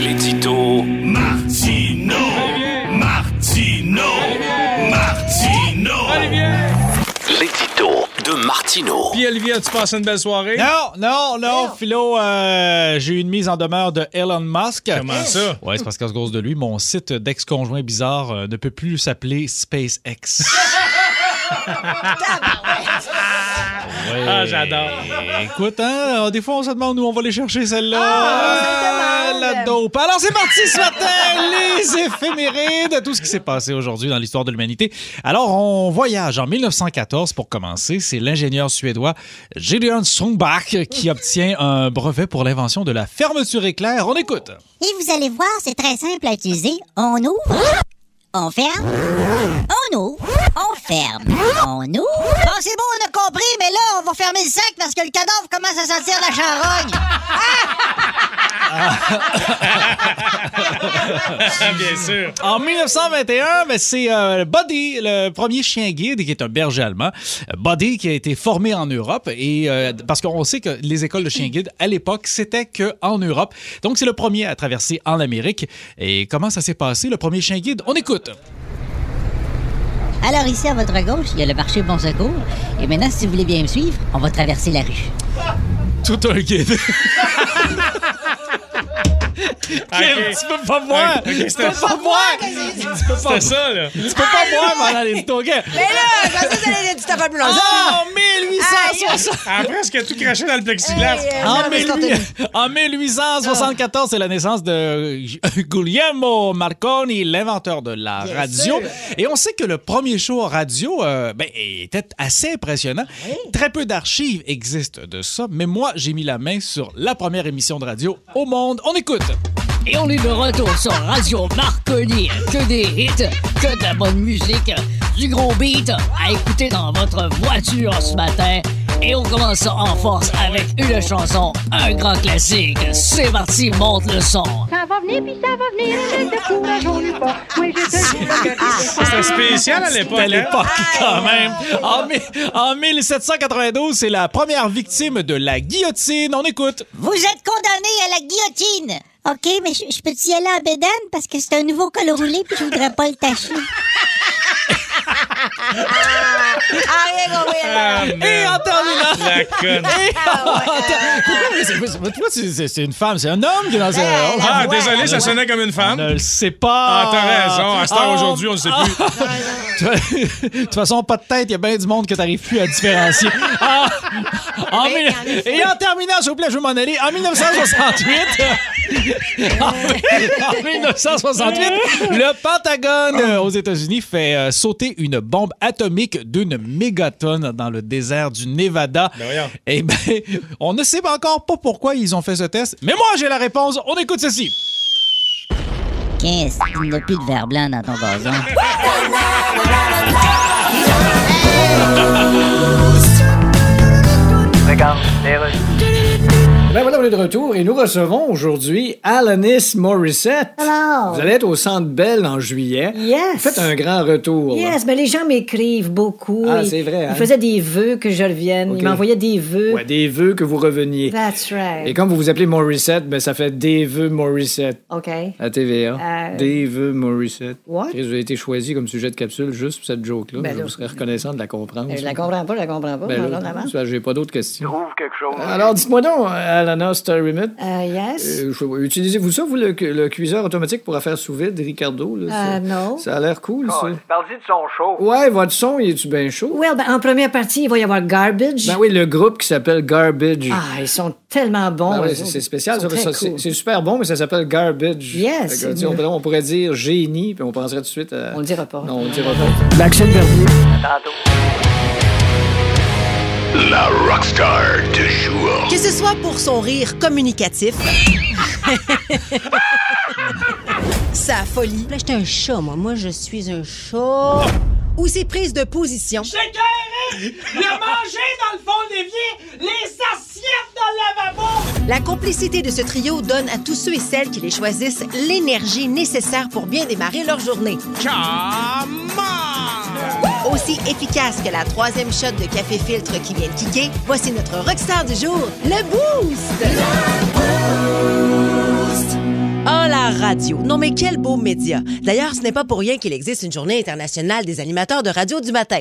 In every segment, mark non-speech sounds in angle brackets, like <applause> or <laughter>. L'édito Martino Martino Martino L'édito de Martino Puis Olivier, tu passes une belle soirée? Non, non, non, Philo, euh, j'ai eu une mise en demeure de Elon Musk. Comment ça? Ouais, c'est parce qu'à cause de lui, mon site d'ex-conjoint bizarre euh, ne peut plus s'appeler SpaceX. Ouais. Ah, j'adore. Écoute, hein, euh, des fois, on se demande où on va les chercher, celle-là. Euh, la dope. Alors, c'est parti ce matin, les éphémérides, tout ce qui s'est passé aujourd'hui dans l'histoire de l'humanité. Alors, on voyage en 1914 pour commencer. C'est l'ingénieur suédois Gideon Strungbach qui obtient un brevet pour l'invention de la fermeture éclair. On écoute. Et vous allez voir, c'est très simple à utiliser. On ouvre, on ferme, on ouvre, on ferme, on ouvre. Bon, Ah, c'est bon, on a compris, mais là, on va fermer le sac parce que le cadavre commence à sentir la charogne. Ah, <laughs> bien sûr. En 1921, ben, c'est euh, Buddy, le premier chien guide, qui est un berger allemand. Euh, Buddy qui a été formé en Europe et euh, parce qu'on sait que les écoles de chiens guides à l'époque c'était que en Europe. Donc c'est le premier à traverser en Amérique. Et comment ça s'est passé le premier chien guide On écoute. Alors ici, à votre gauche, il y a le marché Bon Secours. Et maintenant, si vous voulez bien me suivre, on va traverser la rue. Tout un guide. <laughs> Ok. tu peux pas voir. Ok, tu peux c'était- pas voir. Tu peux pas C'était ça, là. Tu peux pas voir pendant les Ah, toguets. Mais là, quand ça, c'est des affaires plus En 1860. Elle a Ah, presque tout craché dans le plexiglas. En, 1800 en 1874, c'est la naissance de Guglielmo Marconi, l'inventeur de la radio. Et on sait que le premier show en radio euh, ben, était assez impressionnant. Très peu d'archives existent de ça, mais moi, j'ai mis la main sur la première émission de radio au monde. On écoute. Et on est de retour sur Radio Marconi. Que des hits, que de la bonne musique, du gros beat à écouter dans votre voiture ce matin. Et on commence ça en force avec une chanson, un grand classique. C'est parti, monte le son. Ça va venir, puis ça va venir, j'ai de courage, on n'est pas. Oui, j'ai Ah, <laughs> de Ah, C'était spécial à l'époque. C'était à hein? l'époque, quand même. En, mi- en 1792, c'est la première victime de la guillotine. On écoute. Vous êtes condamné à la guillotine. OK, mais je je peux-tu y aller en bédane? Parce que c'est un nouveau col roulé, puis je voudrais pas le tâcher. Ah, oui, Ah, man. Et en terminant, <laughs> La conne. Ah Pourquoi- Pourquoi c'est- c'est c'est une femme? C'est un homme qui est dans ce. on- Ah, désolé, ça sonnait comme une on ne femme. le sait pas. Oh. Ah, t'as raison. À cette heure aujourd'hui, on ne sait <laughs> plus. De toute façon, pas de tête, il y a bien du monde que t'arrives plus <laughs> à différencier. Ah, en mille- et en terminant, s'il vous plaît, je veux m'en aller. En <laughs> 1968, en, en 1968, le Pentagone euh, aux États-Unis fait euh, sauter une bombe atomique d'une mégatonne dans le désert du Nevada. Ben voyons. Eh ben, on ne sait pas encore pas pourquoi ils ont fait ce test, mais moi j'ai la réponse. On écoute ceci. 15, il n'y a plus de verre blanc dans ton gazon. Ben voilà, on est de retour et nous recevons aujourd'hui Alanis Morissette. Alors? Vous allez être au Centre Bell en juillet. Oh. Yes. Vous Faites un grand retour. là. Yes, mais les gens m'écrivent beaucoup. Ah, Ils- c'est vrai, hein? Ils faisaient des vœux que je revienne. Ok. Ils m'envoyaient des vœux. Ouais, des vœux que vous reveniez. That's Et right. comme vous vous appelez Morissette, ben ça fait des vœux Morissette OK. à TVA. Euh, Des vœux Morissette. What? Chris, Vous avez été choisi comme sujet de capsule juste pour cette joke-là. Ben je là. vous serais reconnaissant de la comprendre. Euh, Je la comprends pas, je la comprends pas. Ben j'en là, donne avant. ça, j'ai pas d'autres questions. Alors, dites-moi donc, Alana Starrymit, Euh, yes. Euh, je sais pas, Utilisez-vous ça, vous, le, cu- le cuiseur automatique pour affaire sous vide, Ricardo? Là, Euh, ça- non. Ça a l'air cool, ça. Parlez Ah, de son chaud. Ouais, votre son, il est-tu bien chaud? Well, ben, en première partie, il va y avoir Garbage. Ben oui, le groupe qui s'appelle Garbage. Ah, ils sont tellement bons. Ben ouais, eux c'est autres. c'est spécial, Ils sont ça, ça, très c'est cool. c'est super bon, mais ça s'appelle Garbage. Yes, Fait que, tu sais, c'est on, mieux. on pourrait dire génie, puis on penserait tout de suite à. On le dira pas. Non, on le dira pas. L'action La rockstar du jour Que ce soit pour son rire communicatif. sa folie. Là, j'étais un chat, moi. Moi, je suis un chat. Ou ses prises de position. Le manger dans le fond de l'évier, les assiettes dans La complicité de ce trio donne à tous ceux et celles qui les choisissent l'énergie nécessaire pour bien démarrer leur journée. Aussi efficace que la troisième shot de café filtre qui vient de kicker, voici notre rockstar du jour, le Boost! Oh, la radio! Non, mais quel beau média! D'ailleurs, ce n'est pas pour rien qu'il existe une journée internationale des animateurs de radio du matin.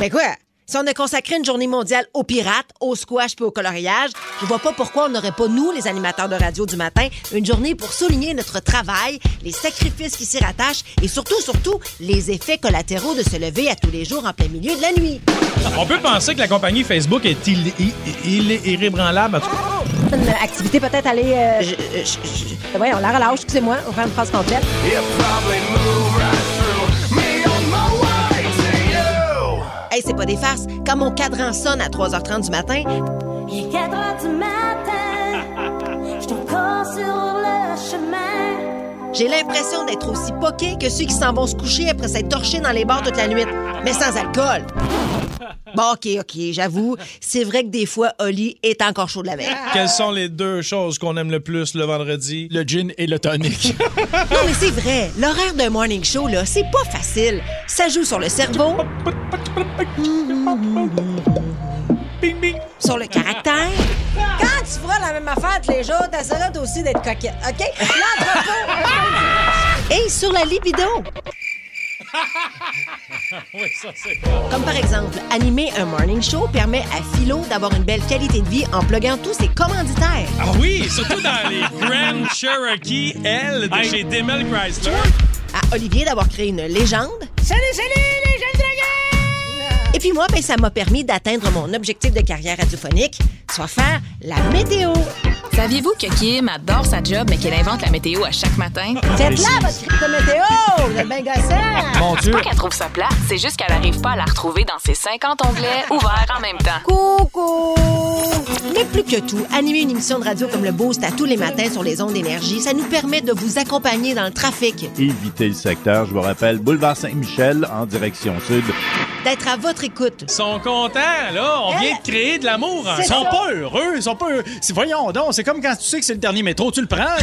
Ben quoi? Si on a consacré une journée mondiale aux pirates, au squash puis au coloriage, je vois pas pourquoi on n'aurait pas, nous, les animateurs de radio du matin, une journée pour souligner notre travail, les sacrifices qui s'y rattachent et surtout, surtout, les effets collatéraux de se lever à tous les jours en plein milieu de la nuit. On peut penser que la compagnie Facebook est il- i- il- il- irébranlable. en tout cas. Une activité peut-être aller... euh, je- je- je- ouais, on la relâche, excusez-moi, on fait une phrase complète. Hey, c'est pas des farces. Quand mon cadran sonne à 3h30 du matin, Il est 4 heures du matin, je suis encore sur le chemin. j'ai l'impression d'être aussi poqué que ceux qui s'en vont se coucher après s'être torchés dans les bars toute la nuit, mais sans alcool. Bon, OK, OK, j'avoue, c'est vrai que des fois, Oli est encore chaud de la veille. Quelles sont les deux choses qu'on aime le plus le vendredi? Le gin et le tonic. Non, mais c'est vrai, l'horaire d'un morning show, là, c'est pas facile. Ça joue sur le cerveau. Sur le caractère. Quand tu feras la même affaire tous les jours, t'essaieras toi aussi d'être coquette, OK? Et sur la libido. oui, ça c'est Comme par exemple, animer un morning show permet à Philo d'avoir une belle qualité de vie en pluguant tous ses commanditaires. Ah oui, surtout dans les Grand Cherokee L de chez Demel Chrysler. À Olivier d'avoir créé une légende. Salut, salut les jeunes dragons! Et puis moi, ben, ça m'a permis d'atteindre mon objectif de carrière radiophonique, soit faire la météo. Saviez-vous que Kim adore sa job, mais qu'elle invente la météo à chaque matin? Faites là votre crise de météo! Vous êtes bien gossant! Mon Dieu! C'est pas qu'elle trouve ça plat, c'est juste qu'elle n'arrive pas à la retrouver dans ses 50 onglets ouverts en même temps. Coucou! Mais plus que tout, animer une émission de radio comme le Boost à tous les matins sur les ondes d'énergie, ça nous permet de vous accompagner dans le trafic, Évitez le secteur, je vous rappelle, boulevard Saint-Michel en direction sud. d'être à votre écoute. Ils sont contents, là. On vient de créer de l'amour Ils sont ensemble. pas heureux, ils sont pas heureux. C'est- Voyons donc, c'est comme quand tu sais que c'est le dernier métro, tu le prends. là.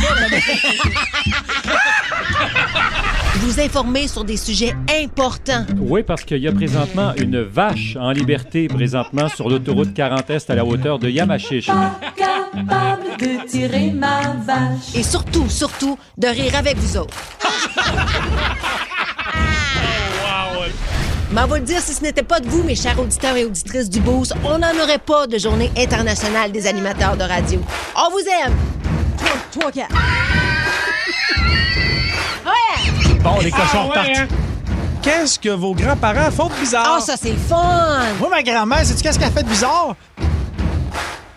Vous informer sur des sujets importants. <laughs> Oui, parce qu'il y a présentement une vache en liberté, présentement, sur l'autoroute 40 Est à la hauteur de Yamachiche. Capable de tirer ma vache. Et surtout, surtout, de rire avec vous autres. Mais on va le dire, si ce n'était pas de vous, mes chers auditeurs et auditrices du Beauce, on n'en aurait pas de journée internationale des animateurs de radio. On vous aime! Trois, trois, quatre. Ouais! Bon, les cochons Ah ouais, repartent. hein? Qu'est-ce que vos grands-parents font de bizarre? Ah, ça, c'est fun! Moi, ma grand-mère, sais-tu qu'est-ce qu'elle fait de bizarre?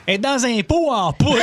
Elle est dans un pot en poudre.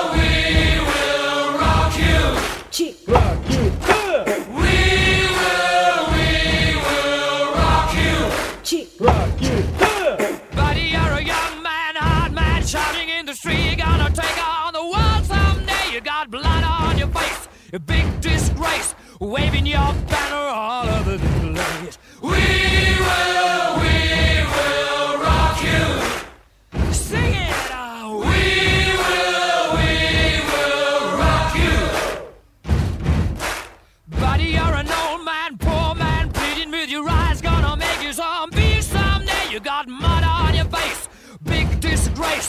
we will rock you. Rock you. We will, we will rock you. Rock you. Buddy, you're a young man, hard man, shouting in the street. You're gonna take on the world someday. You got blood on your face, a big disgrace, waving your banner all over the place. We will, we will rock you. Sing it. uh, We will, we will rock you. Buddy, you're an old man, poor man, pleading with your eyes, gonna make you zombie someday. You got mud on your face, big disgrace.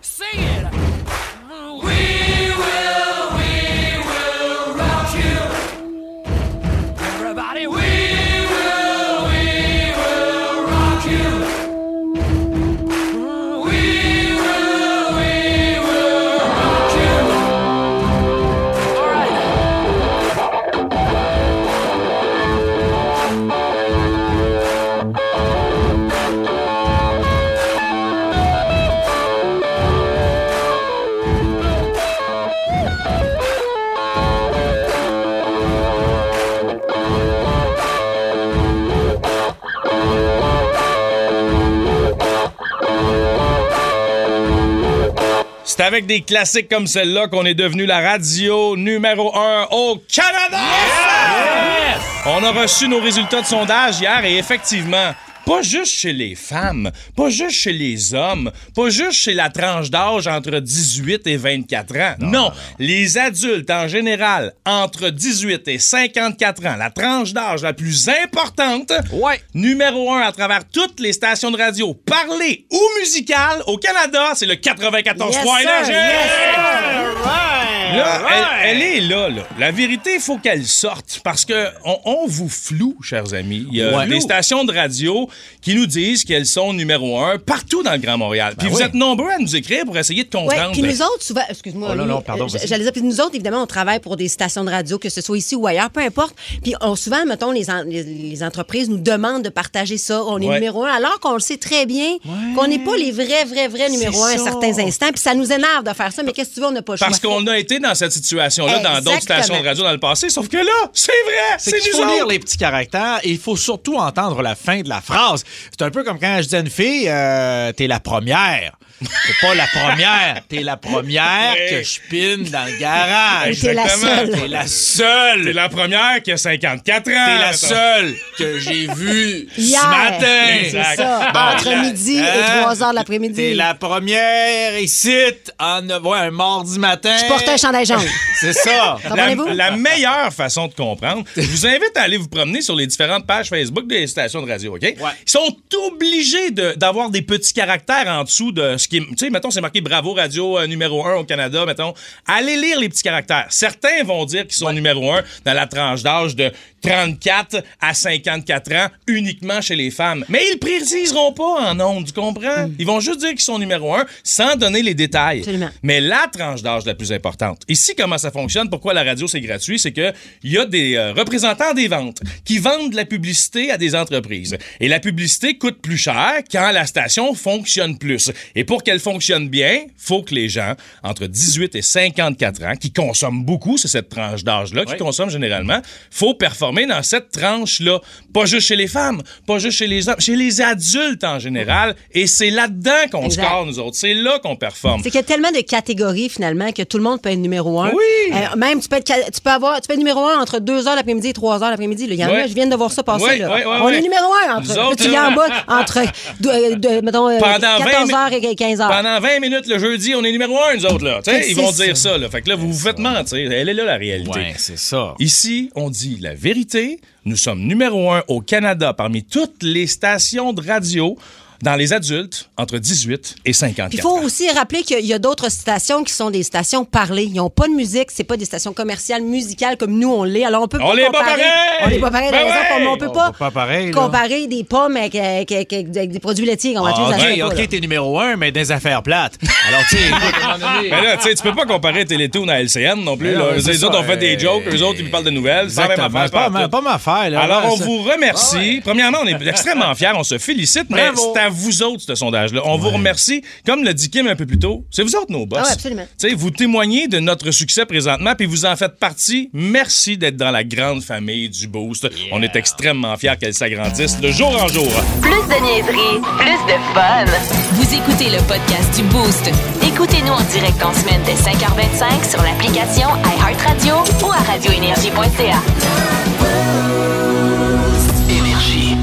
Sing it. We will, we will rock you. Everybody, we will, we will rock you. We will, we will rock C'est avec des classiques comme celle-là qu'on est devenu la radio numéro un au Canada! On a reçu nos résultats de sondage hier et effectivement, pas juste chez les femmes, pas juste chez les hommes, pas juste chez la tranche d'âge entre 18 et 24 ans. Non, les adultes en général entre 18 et 54 ans, la tranche d'âge la plus importante, numéro un à travers toutes les stations de radio, parlée ou musicale au Canada, c'est le 94 Yes, point sir, énergie. yes, Là, elle, elle est là, là. La vérité, il faut qu'elle sorte parce que on, on vous floue, chers amis. Il y a Ouais. des stations de radio qui nous disent qu'elles sont numéro un partout dans le Grand Ben Montréal. Puis vous êtes nombreux à nous écrire pour essayer de Ouais, comprendre. puis nous autres, souvent, excuse-moi, ben Oh non, Oli, non, pardon, euh, vas-y. j'allais dire, puis nous autres, évidemment, on travaille pour des stations de radio, que ce soit ici ou ailleurs, peu importe. Puis on, souvent, mettons, les, en- les, les entreprises nous demandent de partager ça. On est Ouais. numéro un, alors qu'on le sait très bien, qu'on n'est pas les vrais, vrais, vrais numéro un à ça. certains instants. Puis ça nous énerve de faire ça, mais qu'est-ce que tu veux, on n'a pas le choix. Parce qu'on a été dans cette situation-là dans d'autres Exactement. stations de radio dans le passé, sauf que là, c'est vrai, <laughs> C'est qu'il nous faut autres. lire les petits caractères et il faut surtout entendre la fin de la phrase. C'est un peu comme quand je dis à une fille, euh, t'es la première. T'es pas la <laughs> première, t'es la première que je pine dans le garage. Et t'es la seule. T'es la seule. T'es la première qui a 54 ans. T'es la mettons. seule que j'ai vue Hier. ce matin. hein? C'est ça, entre midi et trois heures de l'après-midi. T'es la première ici, en ouais, un mardi matin. Tu portais un chandail <laughs> jaune. <laughs> C'est ça. La, Ben, la meilleure façon de comprendre, je vous invite à aller vous promener sur les différentes pages Facebook des stations de radio, OK? Ils sont obligés de- d'avoir des petits caractères en dessous de ce qui est. Tu sais, mettons, c'est marqué Bravo Radio euh, numéro 1 au Canada, mettons. Allez lire les petits caractères. Certains vont dire qu'ils sont numéro 1 dans la tranche d'âge de 34 à 54 ans uniquement chez les femmes. Mais ils le préciseront pas en ondes, tu comprends? Ils vont juste dire qu'ils sont numéro 1 sans donner les détails. Absolument. Mais la tranche d'âge la plus importante. Ici, comment ça fonctionne, pourquoi la radio c'est gratuit, c'est que il y a des euh, représentants des ventes qui vendent de la publicité à des entreprises. Et la publicité coûte plus cher quand la station fonctionne plus. Et pour qu'elle fonctionne bien, faut que les gens entre 18 et 54 ans qui consomment beaucoup, c'est cette tranche d'âge-là qui consomme généralement, faut performer dans cette tranche-là. Pas juste chez les femmes, pas juste chez les hommes, chez les adultes en général. Et c'est là-dedans qu'on Exact. score, nous autres. C'est là qu'on performe. C'est qu'il y a tellement de catégories finalement que tout le monde peut être numéro un. Oui. Euh, même tu peux être ca- tu peux avoir tu peux être numéro un entre 2 h l'après-midi et 3 h l'après-midi. là. Il y en a, Ouais. je viens de voir ça passer. Ouais, là. ouais, ouais, On ouais. est numéro un entre Nous autres, tu es là. en bas entre dou- euh, de- mettons euh, Pendant 14 20 h et 15 h Pendant 20 minutes le jeudi, on est numéro un, nous autres, là. Tu sais, C'est ils vont ça. dire ça, là. Fait que là, vous vous faites mentir. Elle est là, la réalité. c'est ça. Ici, on dit la vérité. Nous sommes numéro un au Canada parmi toutes les stations de radio dans les adultes entre 18 et Puis 54 il faut aussi rappeler qu'il y a d'autres stations qui sont des stations parlées. Ils n'ont pas de musique, c'est pas des stations commerciales, musicales comme nous on l'est. Alors on peut On pas l'est pas comparer. pareil! On l'est pas pareil. Ben par exemple, ouais! on peut On pas, va pas pareil, là. comparer des pommes avec, avec- avec- avec des produits laitiers. On va tous ben, Ah, acheter ok, pas, là. ok, t'es numéro un, mais des affaires plates. Alors, tu <laughs> sais, écoute, à un moment donné- Mais là, tu sais, tu peux pas comparer Télétoon à LCN non plus. Mais non, là. mais Eux- c'est Les autres ça, ont fait des euh, jokes, eux autres, ils me parlent de nouvelles. C'est la même Exactement, affaire, c'est pas, pas en ma- tout. pas ma affaire. Là, Alors, Ouais, on ça- vous remercie. Premièrement, on <laughs> est extrêmement fiers, on se félicite, mais Bravo. c'est à vous autres, ce sondage-là. On vous remercie. Comme le dit Kim un peu plus tôt, c'est vous autres nos boss. Ah ouais, absolument. Tu sais, vous témoignez de notre succès présentement, puis vous en faites partie. Merci d'être dans la grande famille du Boost. On est extrêmement fiers qu'elle s'agrandisse de jour en jour. Plus de niaiserie, plus de fun. Vous écoutez le podcast du Boost. Écoutez-nous en direct en semaine dès 5h25 sur l'application iHeartRadio ou à radioénergie.ca. Énergie.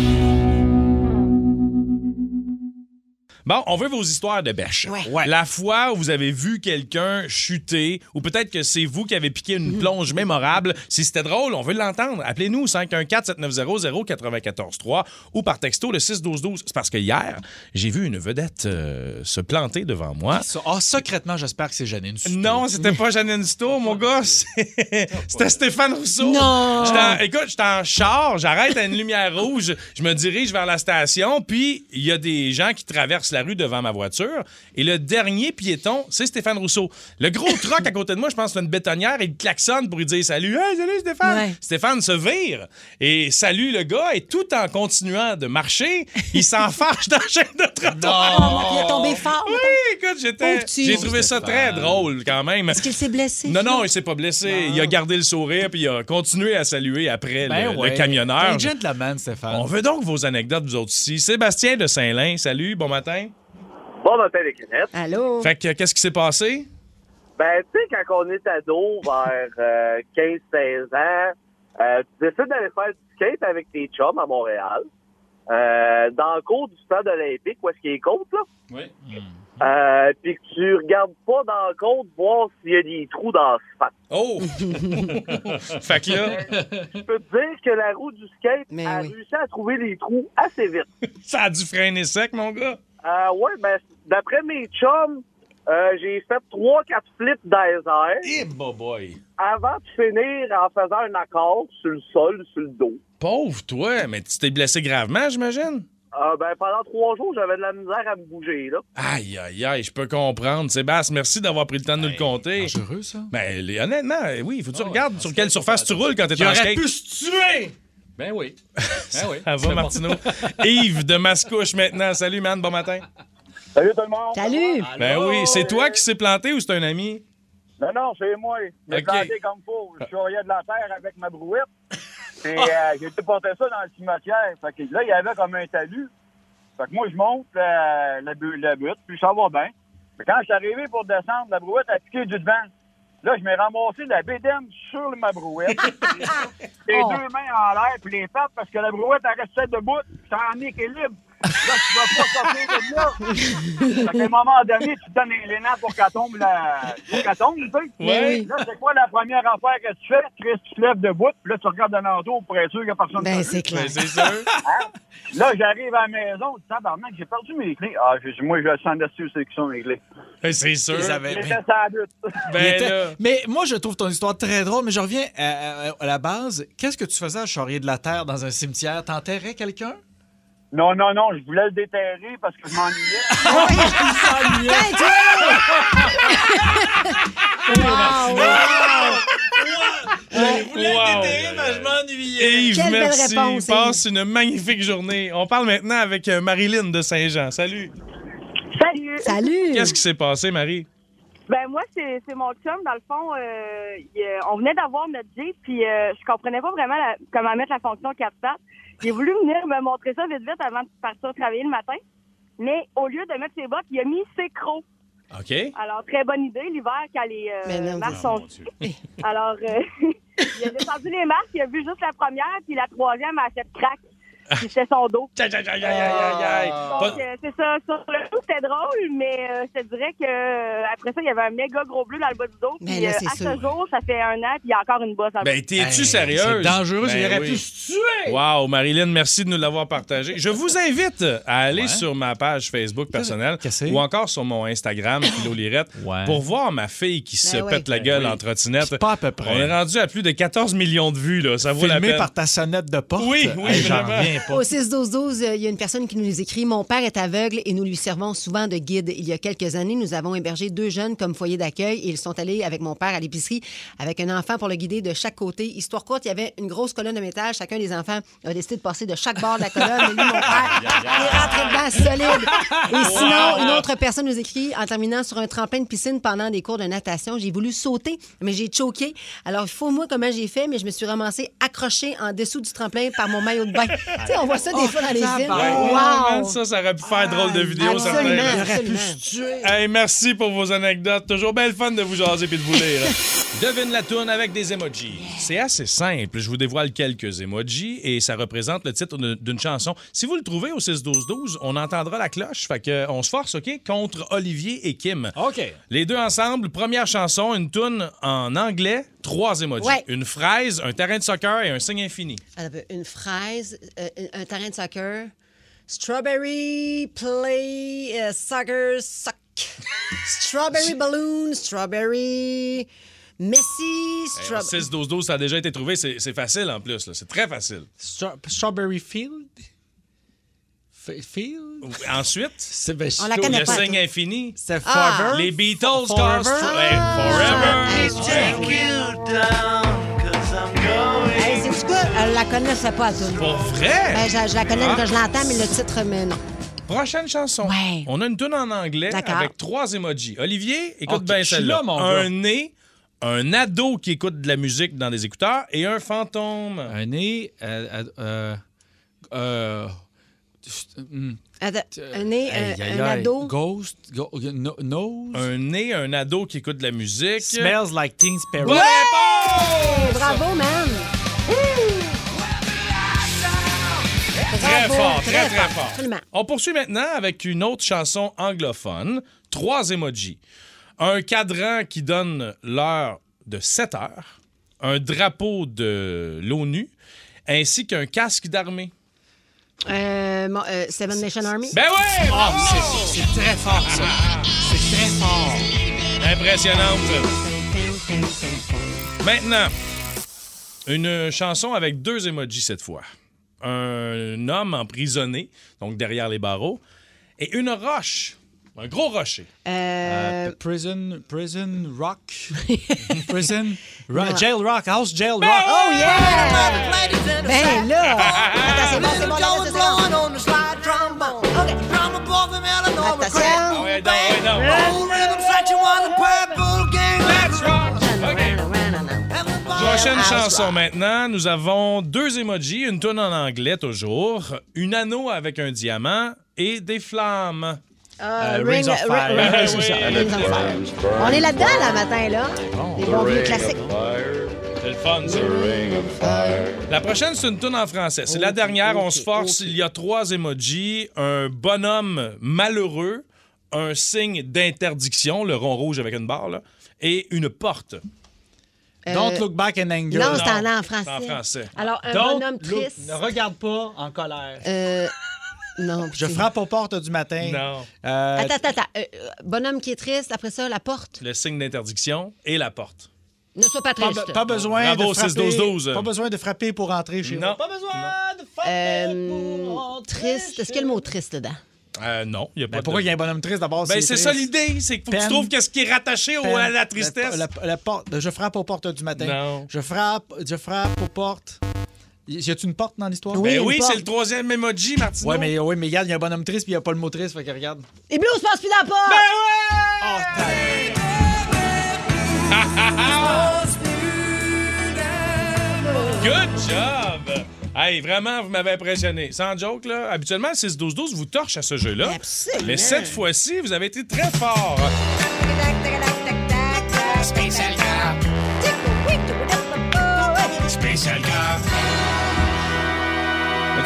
Bon, on veut vos histoires de bêche. La fois où vous avez vu quelqu'un chuter, ou peut-être que c'est vous qui avez piqué une plonge mémorable. Si c'était drôle, on veut l'entendre. Appelez-nous au 514-790-0943 ou par texto le 612-12. C'est parce que hier, j'ai vu une vedette euh, se planter devant moi. Ça- Ah, secrètement, j'espère que c'est Janine. Non, c'était pas Janine Sto, mon gars. c'est- C'était Stéphane Rousseau. Non. J'étais en- écoute, j'étais en char, j'arrête à une lumière rouge, je me dirige vers la station, puis il y a des gens qui traversent la rue devant ma voiture. Et le dernier piéton, c'est Stéphane Rousseau. Le <coughs> gros troc à côté de moi, je pense que c'est une bétonnière, il klaxonne pour lui dire salut. Hey, salut Stéphane. Stéphane se vire et salue le gars, et tout en continuant de marcher, il s'enfarge dans la chaîne de trottoir. Il est tombé fort. Oui, écoute, j'étais. Pauvre petit. J'ai trouvé ça très drôle quand même. Est-ce qu'il s'est blessé? Non, non, il s'est pas blessé. Il a gardé le sourire puis il a continué à saluer après Ben le, ouais. le camionneur. Un gentleman, Stéphane. On veut donc vos anecdotes, vous autres ici. Sébastien de Saint-Lin, salut, bon matin. Bon Bon matin, les clinettes. Allô? Fait que euh, qu'est-ce qui s'est passé? Ben, tu sais, quand on est ado, vers 15-16 ans, euh, tu décides d'aller faire du skate avec tes chums à Montréal, euh, dans le cours du stade olympique, où est-ce qu'il est compte, là? <laughs> Oui. Euh, puis que tu regardes pas dans le compte voir s'il y a des trous dans le spot. Oh! <laughs> fait que <laughs> là, Je peux te dire que la roue du skate a réussi à trouver les trous assez vite. <laughs> ça a dû freiner sec, mon gars. Euh, ouais, ben, d'après mes chums, euh, j'ai fait 3-4 flips dans les airs Eh, bah boy. avant de finir en faisant un accord sur le sol, sur le dos. Pauvre toi, mais tu t'es blessé gravement, j'imagine? Euh, ben, pendant trois jours, j'avais de la misère à me bouger, là. Aïe, aïe, aïe, je peux comprendre. Sébastien, merci d'avoir pris le temps de nous le compter. C'est dangereux, ça. Ben, les- honnêtement, euh, oui, faut que tu regardes sur quelle surface tu roules quand t'es Il en aurait skate. pu se tuer! Ben oui. Ben oui. Ça Ah, va, Martineau? Yves de Mascouche maintenant. Salut, man, bon matin. Salut tout le monde. Salut. Ben oui, c'est toi qui s'est planté ou c'est un ami? Non, non, c'est moi. Je Ok. l'ai planté comme faux. Je suis au de la terre avec ma brouette. Et Ah. euh, j'ai tout porté ça dans le cimetière. Fait que là, il y avait comme un talus. Fait que moi, je monte euh, la, bu- la butte, puis ça va bien. Mais quand je suis arrivé pour descendre, la brouette a piqué du devant. Là, je m'ai ramassé la bédaine sur ma brouette. les Oh. deux mains en l'air, puis les pattes, parce que la brouette, elle restait debout. J'étais en équilibre. Là, tu vas pas sortir de là. Fait qu'à un moment donné, tu te donnes un lénat pour qu'elle tombe, la... pour qu'elle tombe, tu sais. Ouais. Là, c'est quoi la première affaire que tu fais? Chris, tu te lèves debout, puis là, tu regardes de l'entour pour être sûr qu'il n'y a personne. Ben, c'est clair. Ben, c'est sûr. Là, j'arrive à la maison, je dis, tabarnak, j'ai perdu mes clés. Ah, j'ai dit, moi, je le sens dessus, c'est qui sont mes clés. c'est sûr. Ils avaient- étaient sur la butte. Il était- Mais moi, je trouve ton histoire très drôle, mais je reviens à, à- à la base. Qu'est-ce que tu faisais à charrier de la terre dans un cimetière? T'enterrais quelqu'un? Non, non, non, je voulais le déterrer parce que je <laughs> Ah, Ah! Wow. Yves, Quelle belle merci. réponse, Passe une magnifique journée. On parle maintenant avec euh, Marilyn de Saint-Jean. Salut. Salut. Salut. Qu'est-ce qui s'est passé, Marie? Ben moi, c'est c'est mon chum. Dans le fond, euh, il, euh, on venait d'avoir notre Jeep, puis euh, je comprenais pas vraiment la- comment mettre la fonction 4 pattes. J'ai voulu venir me montrer ça vite vite avant de partir travailler le matin. Mais au lieu de mettre ses bottes, il a mis ses crocs. <laughs> OK. Alors, très bonne idée, l'hiver, quand les euh, Mais non, marches oh, sont faites. Alors, euh, <laughs> il a descendu les marches, il a vu juste la première, puis la troisième, elle a fait crack. Puis c'était son dos. Oh. Donc, euh, c'est ça. Sur le coup, c'était drôle, mais euh, je te dirais que euh, après ça, il y avait un méga gros bleu dans le bas du dos. Mais Puis là, euh, c'est à sûr. ce jour, ça fait un an, puis il y a encore une bosse. en Ben, dessous. t'es-tu Hey, sérieuse? c'est dangereux, Ben il aurait pu se tuer. Wow, Marilyn, merci de nous l'avoir partagé. Je vous invite à aller sur ma page Facebook personnelle ou encore sur mon <coughs> Instagram, Philo Lirette, pour voir ma fille qui se Ben ouais. pète la gueule en trottinette. Pas à peu près. On est rendu à plus de 14 millions de vues, là. Ça vaut la Filmé peine. par ta sonnette de porte. Oui, oui, Hey, J'en vraiment. reviens pas. Au 6-12-12, euh, il y a une personne qui nous écrit Mon père est aveugle et nous lui servons souvent de guide. Il y a quelques années, nous avons hébergé deux jeunes comme foyer d'accueil et ils sont allés avec mon père à l'épicerie avec un enfant pour le guider de chaque côté. Histoire courte, il y avait une grosse colonne de métal. Chacun des enfants a décidé de passer de chaque bord de la colonne. Mais lui, <laughs> mon père, il est rentré dedans solide. Et sinon, Wow. une autre personne nous écrit en terminant sur un tremplin de piscine pendant des cours de natation. J'ai voulu sauter, mais j'ai choqué. Alors, il faut moi comment j'ai fait, mais je me suis ramassée accrochée en dessous du tremplin par mon maillot de bain. tu sais, on voit ça des Oh, fois dans les tabarnak. films. Ouais, man, Wow! Ça, ça aurait pu faire drôle de vidéo, absolument, certain. Il aurait pu absolument. Hey, merci pour vos anecdotes. Toujours belle fun de vous jaser puis de vous lire. <laughs> Devine la tourne avec des emojis. C'est assez simple. Je vous dévoile quelques emojis et ça représente le titre de- d'une chanson. Si vous le trouvez au 6-12-12, on entendra la cloche. Fait que on se force, OK? Contre Olivier et Kim. OK. Les deux ensemble, première chanson, une tourne en anglais, trois emojis. Ouais. Une fraise, un terrain de soccer et un signe infini. Attends un peu. Une fraise, euh, un terrain de soccer. Strawberry play euh, soccer <laughs> suck. Strawberry balloon, strawberry Messi, Hey, strawberry. 6-12-12, ça a déjà été trouvé. C'est c'est facile en plus. là. C'est très facile. Stra- Strawberry Field? F- Field? Ensuite, c'est On la connaît le pas, Ah! signe toi. infini. C'est Forever? Les Beatles Forever? causent- Ouais, Ah! Forever. Hey, c'est quoi? Elle la connaissait pas, tout. Pour vrai? Ben, je, je la connais, Ah. quand je l'entends, mais le titre, mais non. Prochaine chanson. On a une tune en anglais D'accord. avec trois emojis. Olivier, écoute Ok, bien je suis celle-là. là, mon un gars. nez, un ado qui écoute de la musique dans des écouteurs et un fantôme. Un nez. euh, euh, euh, euh, hmm, Un nez, Aïe, un- aïe, un aïe. ado. Ghost, nose. Un nez, un ado qui écoute de la musique. Smells like Teen Spirit. Bonne Hey, Bravo, man! Très Bravo, fort, très, très très fort, fort. absolument. On poursuit maintenant avec une autre chanson anglophone. Trois emojis. Un cadran qui donne l'heure de 7 heures. Un drapeau de l'ONU. Ainsi qu'un casque d'armée. Euh, mon- euh, Seven Nation Army. Ah, Ben ouais! c'est très fort, ça. C'est très fort. Impressionnante. Maintenant, une chanson avec deux emojis cette fois. Un homme emprisonné, donc derrière les barreaux, et une roche, un gros rocher. Euh, prison, prison rock. <laughs> prison. ro- Non. Jail rock, house jail Ben rock. Oh, yeah! Ben là! Attends, c'est bon, c'est bon, là, c'est bon. Attention. Ah ouais, non, ouais, non. Prochaine chanson maintenant. Nous avons deux emojis, une tonne en anglais toujours, une anneau avec un diamant et des flammes. Euh, Rings Ring- of Fire. Ri- Ben Ring- oui. Rings of Fire. On est là-dedans, là, matin, là. Des bons vieux classiques. C'est le fun, ça. La prochaine, c'est une tune en français. C'est la dernière. On se force. Il y a trois emojis. Un bonhomme malheureux, un signe d'interdiction, le rond rouge avec une barre, là, et une porte. <laughs> Don't look back in anger. euh, Non, c'est en- Non, en français. c'est en français. Alors, un Don't bonhomme look- triste. ne regarde pas en colère. Euh, non. Je c'est- frappe aux portes du matin. Non. Euh, Attends, attends, attends. Euh, euh, bonhomme qui est triste, après ça, la porte. Le signe d'interdiction et la porte. Ne sois pas Pas, triste. pas besoin Bravo, de frapper, 6-12-12. Pas besoin de frapper pour entrer chez Non. moi. Pas besoin de Euh, triste. Est-ce qu'il y a le mot triste dedans? Euh, non, il n'y a pas de- Ben, Pourquoi il y a un bonhomme triste d'abord? Ben, c'est ça triste. l'idée. C'est qu'il faut que Peine. tu trouves qu'est-ce qui est rattaché au- à Peine. Ben, la tristesse. La- la- la porte- je frappe aux portes du matin. Non. Je frappe, je frappe aux portes. Y y a-tu une porte dans l'histoire? Ben oui, c'est le troisième emoji, Martino. Ouais, mais, ouais, mais regarde, il y a un bonhomme triste puis il n'y a pas le mot triste, fait que regarde. Les bleus, on se passe plus dans la porte! Ben Oh, Good job! Hey, vraiment, vous m'avez impressionné. Sans joke, là, habituellement, le 6-12-12 vous torche à ce jeu-là. Absolument. Mais cette fois-ci, vous avez été très fort. Spécial Gap. Spécial Gap.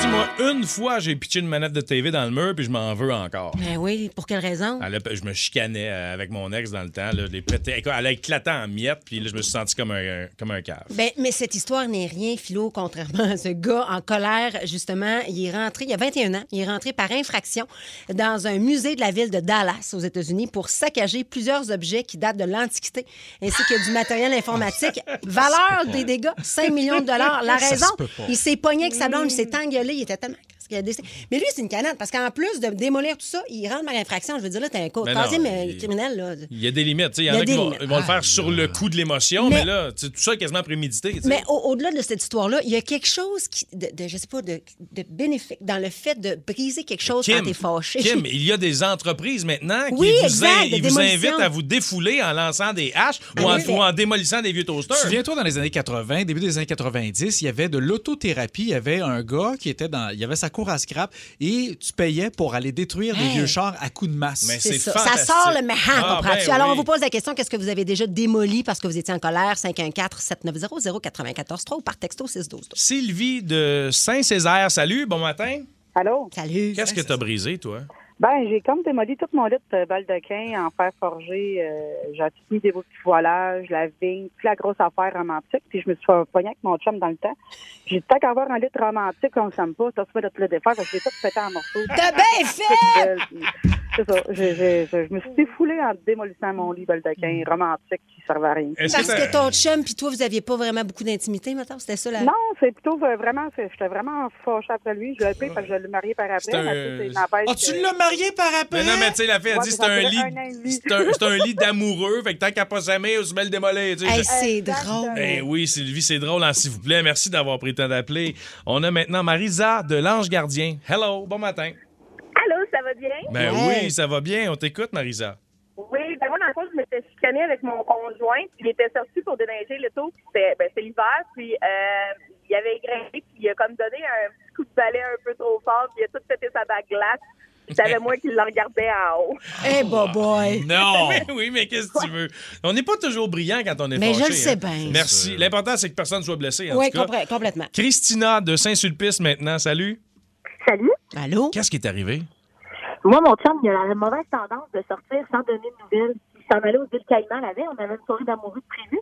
dis moi, une fois, j'ai pitché une manette de TV dans le mur, puis je m'en veux encore. Ben oui, pour quelle raison? Elle a- je me chicanais euh, avec mon ex dans le temps. Là, je l'ai pété- elle a éclaté en miettes, puis là, je me suis senti comme un, comme un cave. Ben, mais cette histoire n'est rien, Philo, contrairement à ce gars en colère, justement. Il est rentré, il y a 21 ans, il est rentré par infraction dans un musée de la ville de Dallas, aux États-Unis, pour saccager plusieurs objets qui datent de l'Antiquité, ainsi que du <laughs> matériel informatique. Valeur des dégâts, 5 millions de dollars. La Ça raison, se peut pas. Mm. il s'est pogné avec sa blonde, il s'est engueulé, il était tellement... crasse qu'il a décidé. Mais lui, c'est une canade, parce qu'en plus de démolir tout ça, il rentre par infraction. Je veux dire, là, t'es un co- Ben non, troisième euh, il- criminel, là. Il y a des limites. tu sais. Il y Il en y a a qui des vont, limites. vont le faire sur le coup de l'émotion, mais, là, tu sais, tout ça est quasiment prémédité. tu sais. Mais au- au-delà de cette histoire-là, il y a quelque chose qui, de, de- je sais pas, de, de bénéfique dans le fait de briser quelque chose quand t'es fâché. <laughs> Kim, il y a des entreprises maintenant qui Oui, vous, exact, in- de ils vous démolition. invitent à vous défouler en lançant des haches Ah ou en, oui, mais- ou en démolissant des vieux toasters. Souviens-toi, dans les années 80, début des années 90, il y avait de l'autothérapie. Il y avait un gars qui était dans. Il y avait sa cour à scrap et tu payais pour aller détruire des Hey. vieux chars à coups de masse. Mais C'est ça. Ça sort le méhan, Ah, comprends-tu? ben Alors, on oui. vous pose la question qu'est-ce que vous avez déjà démoli parce que vous étiez en colère? 514-790-0943 ou par texto 612. Sylvie de Saint-Césaire, salut, bon matin. Allô? Salut. Qu'est-ce que t'as brisé, toi? Ben, j'ai comme démoli tout mon lit de baldequin en fer forgé. euh, j'ai tout mis des beaux petits voilages, la vigne, toute la grosse affaire romantique. Puis je me suis fait pogner avec mon chum dans le temps. J'ai dit, tant qu'à avoir un lit romantique, on s'aime pas. T'as fait de te le défaire parce que j'ai tout pété en morceaux. <laughs> T'as bien fait! C'est ça. J'ai- j'ai- je, je me suis défoulée en démolissant mon lit baldequin romantique qui servait à rien. Parce que ton chum puis toi, vous aviez pas vraiment beaucoup d'intimité, maintenant? C'était ça la. Non, c'est plutôt euh, vraiment, c'est- j'étais vraiment fâchée après lui. Je l'ai appelé parce que je l'ai marié par après. C'est un- mais ça, c'est- n'empêche que- marié par Ben, Mais non, mais tu sais, la fille a Ouais, dit c'est mais ça un durait lit. un an et demi. C'est un, c'est un lit d'amoureux, fait que tant qu'à pas s'aimer, on se met le démolir. tu sais. Hey, Je- c'est drôle. Ben oui, Sylvie, c'est drôle, hein, s'il vous plaît. Merci d'avoir pris le temps d'appeler. On a maintenant Marisa de l'Ange Gardien. Hello, bon matin. Allô, ça va bien? Ben oui, ça va bien. On t'écoute, Marisa. Oui, ben moi, dans le fond, je m'étais chicanée avec mon conjoint. puis Il était sorti pour déneiger le taux. C'était ben, c'est l'hiver. Puis euh, il avait grimpé. Puis il a comme donné un petit coup de balai un peu trop fort. Puis il a tout pété sa bague glace. J'avais moi qui le regardais en haut. Eh, boy. Non! <laughs> Mais oui, mais qu'est-ce que tu veux? On n'est pas toujours brillant quand on est Mais je fâché, le sais hein. bien. Merci. L'important, c'est que personne ne soit blessé. en Oui, tout cas. compre- complètement. Christina de Saint-Sulpice maintenant. Salut. Salut. Allô? Qu'est-ce qui est arrivé? Moi, mon chum, il a la mauvaise tendance de sortir sans donner de nouvelles. Il s'en allait aux îles Caïmans la veille. On avait une soirée d'amoureux de prévu.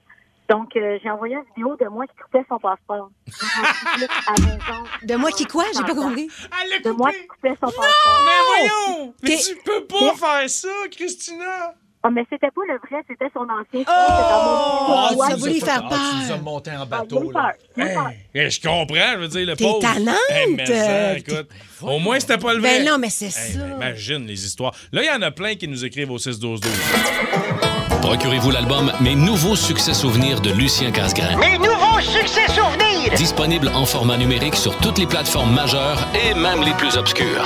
Donc, euh, j'ai envoyé une vidéo de moi qui coupait son <laughs> passeport. De moi qui quoi? Ah, J'ai pas compris. De moi qui coupait son passeport. Mais voyons! Mais tu peux pas faire ça, Christina! Oh! Ah, mais c'était pas le vrai, c'était son ancien. Ah, Oh! tu nous as fait- ah, Tu nous as monté en bateau, là. Eh, je comprends, je veux dire, le T'es pauvre. tannante, Eh, mais ça, euh, écoute, au moins, c'était pas le vrai. Ben non, mais c'est Eh, ça. ben, imagine les histoires. Là, il y en a plein qui nous écrivent au 6-12-12. Procurez-vous l'album Mes nouveaux succès souvenirs de Lucien Casgrain. Mes nouveaux succès souvenirs! Disponible en format numérique sur toutes les plateformes majeures et même les plus obscures.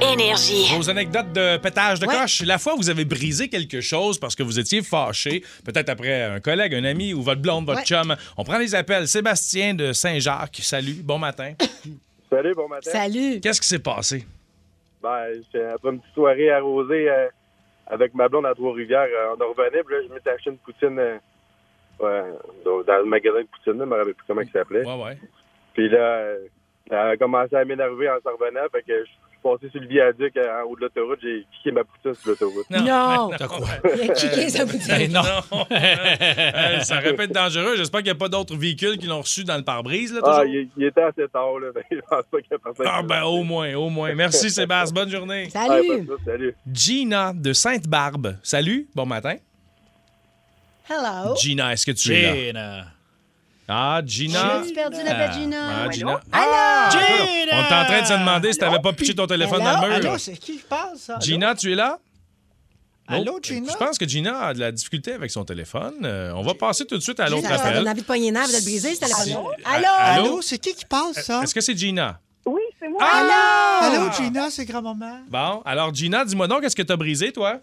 Énergie. Vos anecdotes de pétage de coche. La fois où vous avez brisé quelque chose parce que vous étiez fâché, peut-être après un collègue, un ami ou votre blonde, votre Ouais. chum. On prend les appels. Sébastien de Saint-Jacques, salut, bon matin. Salut, bon matin. Salut. Qu'est-ce qui s'est passé? Ben, j'étais- après une petite soirée arrosée euh, avec ma blonde à Trois-Rivières, euh, on en revenait, puis là, je m'étais acheté une poutine euh, ouais, dans dans le magasin de poutine, là, je me rappelle plus comment il s'appelait. Ouais, ouais. Puis là, euh, elle a commencé à m'énerver en s'en revenant, fait que je suis passé sur le viaduc euh, en haut de l'autoroute, j'ai kické ma poutine sur l'autoroute. Non. <laughs> T'as quoi? Il a kické sa poutine. Eh non. Euh, ça aurait pu être dangereux. J'espère qu'il n'y a pas d'autres véhicules qui l'ont reçu dans le pare-brise. <laughs> Là, Ah, toujours. il, il était assez tard, là, <laughs> fait que je pense pas qu'il y a personne. Ah, ben au moins, au moins. Merci Sébastien, bonne journée. Ouais, Ah, pas de ça, salut. Gina de Sainte-Barbe. Salut, bon matin. Hello. Gina, est-ce que tu es là? Gina. Ah, Gina. J'ai perdu l'appel Gina. Ah, Gina. Allô? On est en train de se demander si t'avais pas pitché ton téléphone Allô? dans le mur. Allô, c'est qui qui parle, ça? Allô? Gina, tu es là? Allô, Nope. Gina? Je pense que Gina a de la difficulté avec son téléphone. Euh, on va passer tout de suite à l'autre Ça donne appel. envie de pogner nerf de le briser, c'était la Allô? Allô? Allô, c'est qui qui parle, ça? Euh, Est-ce Ah! que c'est Gina? Oui, c'est moi. Allô? Ah! Allô, Gina, c'est grand-maman. Bon, alors Gina, dis-moi donc, qu'est-ce que t'as brisé, toi?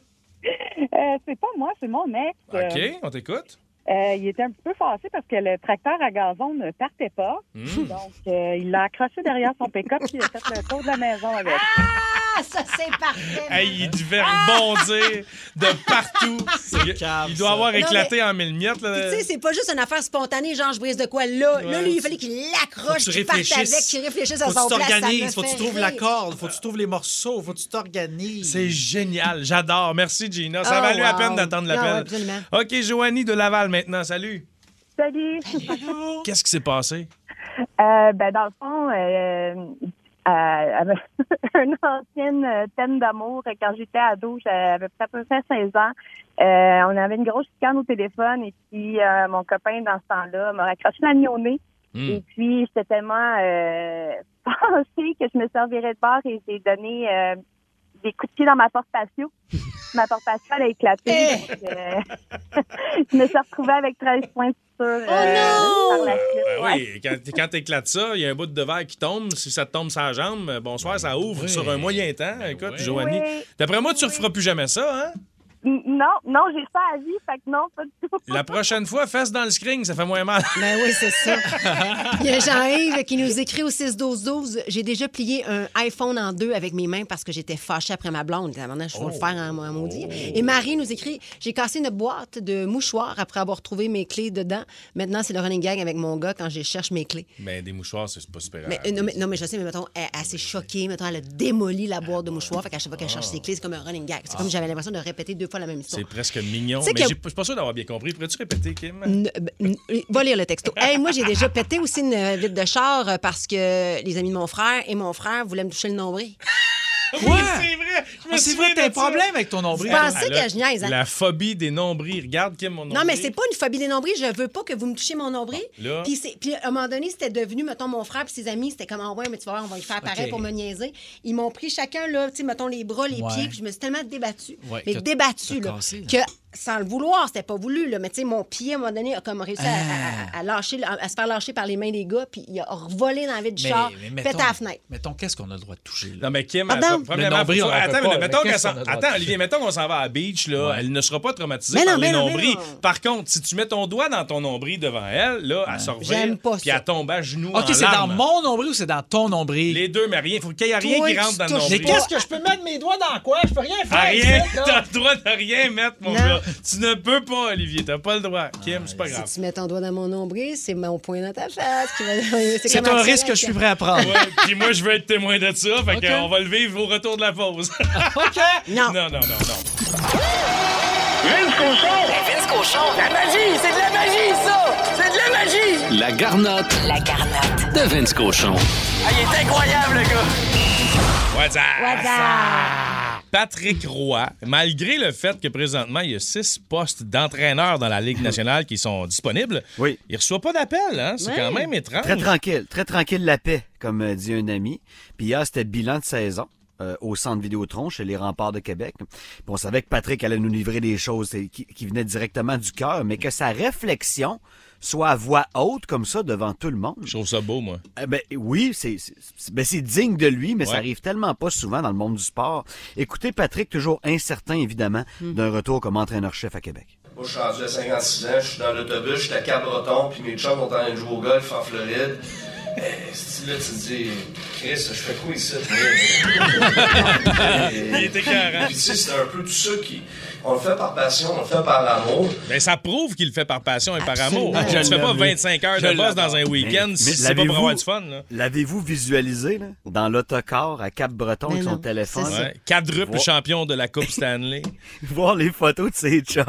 Euh, c'est pas moi, c'est mon ex. OK, Euh, on t'écoute. euh, il était un petit peu fâché parce que le tracteur à gazon ne partait pas. Hmm. Donc, euh, il l'a accroché derrière son pick-up puis il a fait le tour de la maison avec. Ah, ça, c'est parfait. Hey, il devait rebondir de partout. Il, il doit avoir Non, éclaté en mille miettes. là. Puis, Euh. Tu sais, c'est pas juste une affaire spontanée, genre je brise de quoi là. Là, Ouais. lui, il fallait qu'il l'accroche, Faut que tu qu'il parte réfléchisses. avec, qu'il réfléchisse à Faut que son tu place. ça me t'organises, faut que fait tu trouves rire. la corde, faut que tu trouves les morceaux, faut que tu t'organises. C'est génial, j'adore. Merci Gina, ça Oh, valait la wow. peine d'attendre Ah, ouais, l'appel. absolument. OK, Joanie de Laval maintenant, salut. Salut! Qu'est-ce qui s'est passé? <laughs> Euh, ben, dans le fond, euh, <laughs> euh, une ancienne euh, thème d'amour, euh, quand j'étais ado, j'avais à peu près 16 ans, euh, on avait une grosse chicane au téléphone et puis euh, mon copain, dans ce temps-là, m'a raccroché la nuit au nez. Et puis, j'étais tellement euh, <laughs> fâchée que je me servirais de bord et j'ai donné euh, des coups de pied dans ma porte patio. ma porte patio, elle a éclaté. donc, euh, <laughs> je me suis retrouvée avec 13 points de suture. euh, par la suite. Ben oui, quand, quand t'éclates ça, il y a un bout de verre qui tombe. Si ça te tombe sur la jambe, euh, bonsoir, ça ouvre sur un moyen temps. Écoute, Joanie, Oui. d'après moi, tu referas plus jamais ça, hein? N- Non, non, j'ai ça à vie, fait que non, pas du tout. La prochaine fois, fesse dans le screen, ça fait moins mal. <laughs> Ben oui, <laughs> c'est ça. Il y <laughs> a Jean-Yves qui nous écrit au 6-12-12 J'ai déjà plié un iPhone en deux avec mes mains parce que j'étais fâchée après ma blonde. Maintenant, je vais le faire en, en maudit. Oh. Et Marie nous écrit J'ai cassé une boîte de mouchoirs après avoir trouvé mes clés dedans. Maintenant, c'est le running gag avec mon gars quand je cherche mes clés. Mais Ben, des mouchoirs, c'est pas super. Mais, euh, non, mais, non, mais je sais, mais mettons, elle, elle s'est choquée. Mettons, elle a démoli la boîte de mouchoirs. Fait qu'à chaque fois qu'elle Ah. cherche ses clés, c'est comme un running gag. C'est Ah. comme j'avais l'impression de répéter deux fois la même histoire. C'est presque mignon. Tu sais Mais que- j'ai- je suis pas sûr d'avoir bien compris. Pourrais-tu répéter, Kim? Ne- ben, ne- va lire le texto. Hey, moi, j'ai déjà pété aussi une euh, vitre de char euh, parce que les amis de mon frère et mon frère voulaient me toucher le nombril. Oui, c'est vrai. Je me Ah, c'est souviens vrai, t'as de un ça. problème avec ton nombril. Vous pensez Elle a que je niaise, hein? Ah, La phobie des nombrils. Regarde, Kim, mon nombril. Ah, Non, mais c'est pas une phobie des nombrils. Je veux pas que vous me touchiez mon nombril. Là. Puis, c'est- puis à un moment donné, c'était devenu, mettons, mon frère puis ses amis, c'était comme, ah ouais, mais tu vas voir, on va y faire pareil Ok. pour me niaiser. Ils m'ont pris chacun, là, tu sais, mettons, les bras, les Ouais. pieds, puis je me suis tellement débattue. Ouais, mais que- débattue, t'as là, cassé, là. que sans le vouloir, c'était pas voulu, là, mais tu sais, mon pied, à un moment donné, a comme réussi à- Ah. à, à- à lâcher, à, à se faire lâcher par les mains des gars, puis il a revolé dans la vie du char, mettons- pété à la fenêtre. Mettons, qu'est-ce qu'on a le droit de toucher? là? Non, mais Kim, Pardon? attends, premièrement, Le nombril, faut- on en attends, peut pas, mais mettons mais qu'elle qu'est-ce s'en- qu'on a le droit de attends, Olivier, mettons qu'on s'en va à la beach, là, elle ne sera pas traumatisée Mais non, par les mais non, mais nombrils. non. Par contre, si tu mets ton doigt dans ton nombril devant elle, là, elle sort J'aime pas puis elle tombe à genoux OK, en c'est dans larmes. mon nombril ou c'est dans ton nombril? Les deux, mais rien. Faut qu'il y ait rien Toi, qui tu rentre dans le touches nombril. pas. Mais qu'est-ce que je peux mettre mes doigts dans quoi? Je peux rien À faire. rien, ici, là. t'as le droit de rien mettre, mon gars. Tu ne peux pas, Olivier, t'as pas le droit. Kim, Ah, c'est pas grave. Si tu mets ton doigt dans mon nombril, c'est mon point dans ta face. qui va- <laughs> C'est C'est comme un accident, risque que je suis prêt à prendre. Ouais. Puis moi, je veux être témoin de ça, fait OK. qu'on va le vivre au retour de la <laughs> pause. OK. Non. Non, non, non, non. Vince Cochon! Vince Cochon! La magie! C'est de la magie, ça! C'est de la magie! La garnotte La garnotte. de Vince Cochon. Ah, il est incroyable, le gars! What's up? Ah! Patrick Roy, malgré le fait que présentement, il y a six postes d'entraîneur dans la Ligue nationale qui sont disponibles, il reçoit pas d'appel. Hein? C'est quand même étrange. Très tranquille, très tranquille la paix, comme euh, dit un ami. Puis hier, c'était bilan de saison. euh, au centre Vidéotron, chez les remparts de Québec. Puis on savait que Patrick allait nous livrer des choses et qui, qui venaient directement du cœur, mais que sa réflexion soit à voix haute comme ça devant tout le monde. Je trouve ça beau, moi. ben, oui, c'est c'est- c'est- ben, c'est digne de lui, mais ça Ouais. arrive tellement pas souvent dans le monde du sport. Écoutez, Patrick, toujours incertain, évidemment, d'un retour comme entraîneur-chef à Québec. Moi, je suis rendu à 56 ans, je suis dans l'autobus, je suis à Cap-Breton, puis mes chums sont en train de jouer au golf en Floride. Eh, si là, tu te dis, Chris, je fais quoi <laughs> ici? Il était hein? carré. écœurant. Puis, tu sais, c'est un peu tout ça qui. On le fait par passion, on le fait par amour. Mais Ben, ça prouve qu'il le fait par passion et par Absolument. amour. hein? Ah, je tu fais pas l'aime, lui. 25 heures Je de boss l'adore. dans un week-end Mais- si mais c'est pas pour l'avez-vous- avoir du fun. Là. L'avez-vous visualisé là, dans l'autocar à Cap-Breton Mais avec son Ben non, téléphone? c'est ça. Ouais, quadruple champion de la Coupe Stanley. <laughs> Voir les photos de ses chums.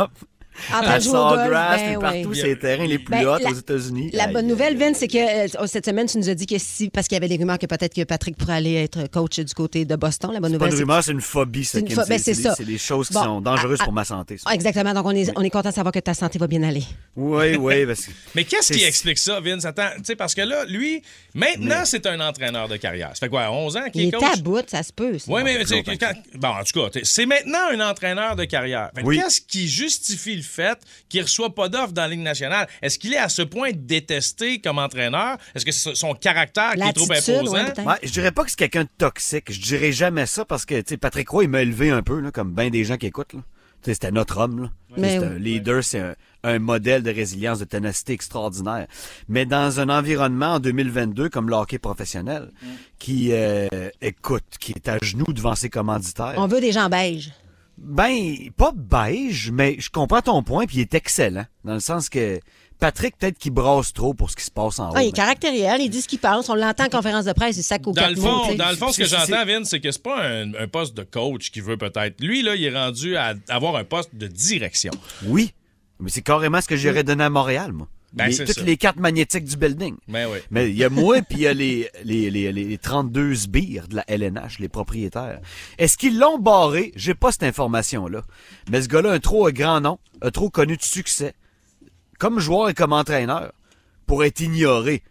Après à jouer au golf, Sawgrass, ben puis partout, oui. ces terrains les plus Ben, hauts la- aux États-Unis. La Aïe. bonne nouvelle, Vin, c'est que euh, cette semaine, tu nous as dit que si, parce qu'il y avait des rumeurs que peut-être que Patrick pourrait aller être coach du côté de Boston. La bonne C'est pas nouvelle, une c'est rumeur, c'est une phobie, ça, C'est une Kim. pho- ben, c'est des- ça. c'est des choses qui Bon, sont dangereuses à- pour ma santé. ça. Ah, Exactement. Donc, on est, on est content de savoir que ta santé va bien aller. ah, Oui, oui. parce que- Mais qu'est-ce C'est- qui explique ça, Vince? Attends, tu sais, parce que là, lui, maintenant, c'est un entraîneur de carrière. Ça fait quoi, 11 ans qu'il Il est est coach? à bout, ça se peut. ça. Oui, mais tu sais, quand- bon, en tout cas, t'sais, c'est maintenant un entraîneur de carrière. Fait que Oui. Qu'est-ce qui justifie le fait qu'il ne reçoit pas d'offre dans la Ligue nationale? Est-ce qu'il est à ce point détesté comme entraîneur? Est-ce que c'est son caractère qui est trop imposant? Ouais, je dirais pas que c'est quelqu'un de toxique. Je dirais jamais ça parce que, tu sais, Patrick Roy, il m'a élevé un peu, là, comme bien des gens qui écoutent. là. Tu sais, c'était notre homme. là. Tu sais, Mais c'est un leader, c'est un, un modèle de résilience, de ténacité extraordinaire. Mais dans un environnement en 2022 comme le hockey professionnel, qui euh, écoute, qui est à genoux devant ses commanditaires, On veut des gens beiges. ben, pas beige, mais je comprends ton point, puis il est excellent. Dans le sens que Patrick, peut-être qu'il brasse trop pour ce qui se passe en haut. Ah, il est mais- caractériel, il dit ce qu'il pense, on l'entend en conférence de presse, il sac au Dans le, quatre mots, tu fond, sais. dans le fond, ce que C'est- j'entends, Vince, c'est que c'est pas un, un poste de coach qui veut peut-être. Lui, là, il est rendu à avoir un poste de direction. Oui, mais c'est carrément ce que Mm. j'aurais donné à Montréal, moi. Ben, Les- c'est toutes ça. les cartes magnétiques du building. Ben oui. Mais il y a moi, puis il y a les, les, les, les 32 sbires de la LNH, les propriétaires. Est-ce qu'ils l'ont barré? J'ai pas cette information-là. Mais ce gars-là a un trop grand nom, a trop connu de succès, comme joueur et comme entraîneur, pour être ignoré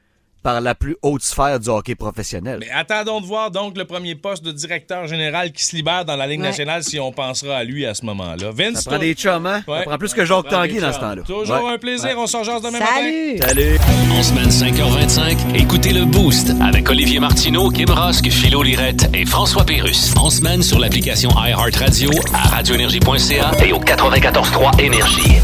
par la plus haute sphère du hockey professionnel. Mais attendons de voir donc le premier poste de directeur général qui se libère dans la Ligue Ouais. nationale si on pensera à lui à ce moment-là. Vince, Ça prend toi- des chums, hein? Ça Ouais. prend plus que Jacques Ça prend Tanguy des dans chums. ce temps-là. Toujours Ouais. un plaisir. On s'en jase demain matin. Salut! En semaine 5h25, écoutez le Boost avec Olivier Martineau, Kim Rosk, Philo Lirette et François Pérus. En semaine sur l'application iHeartRadio à radioénergie.ca et au 94.3 Énergie.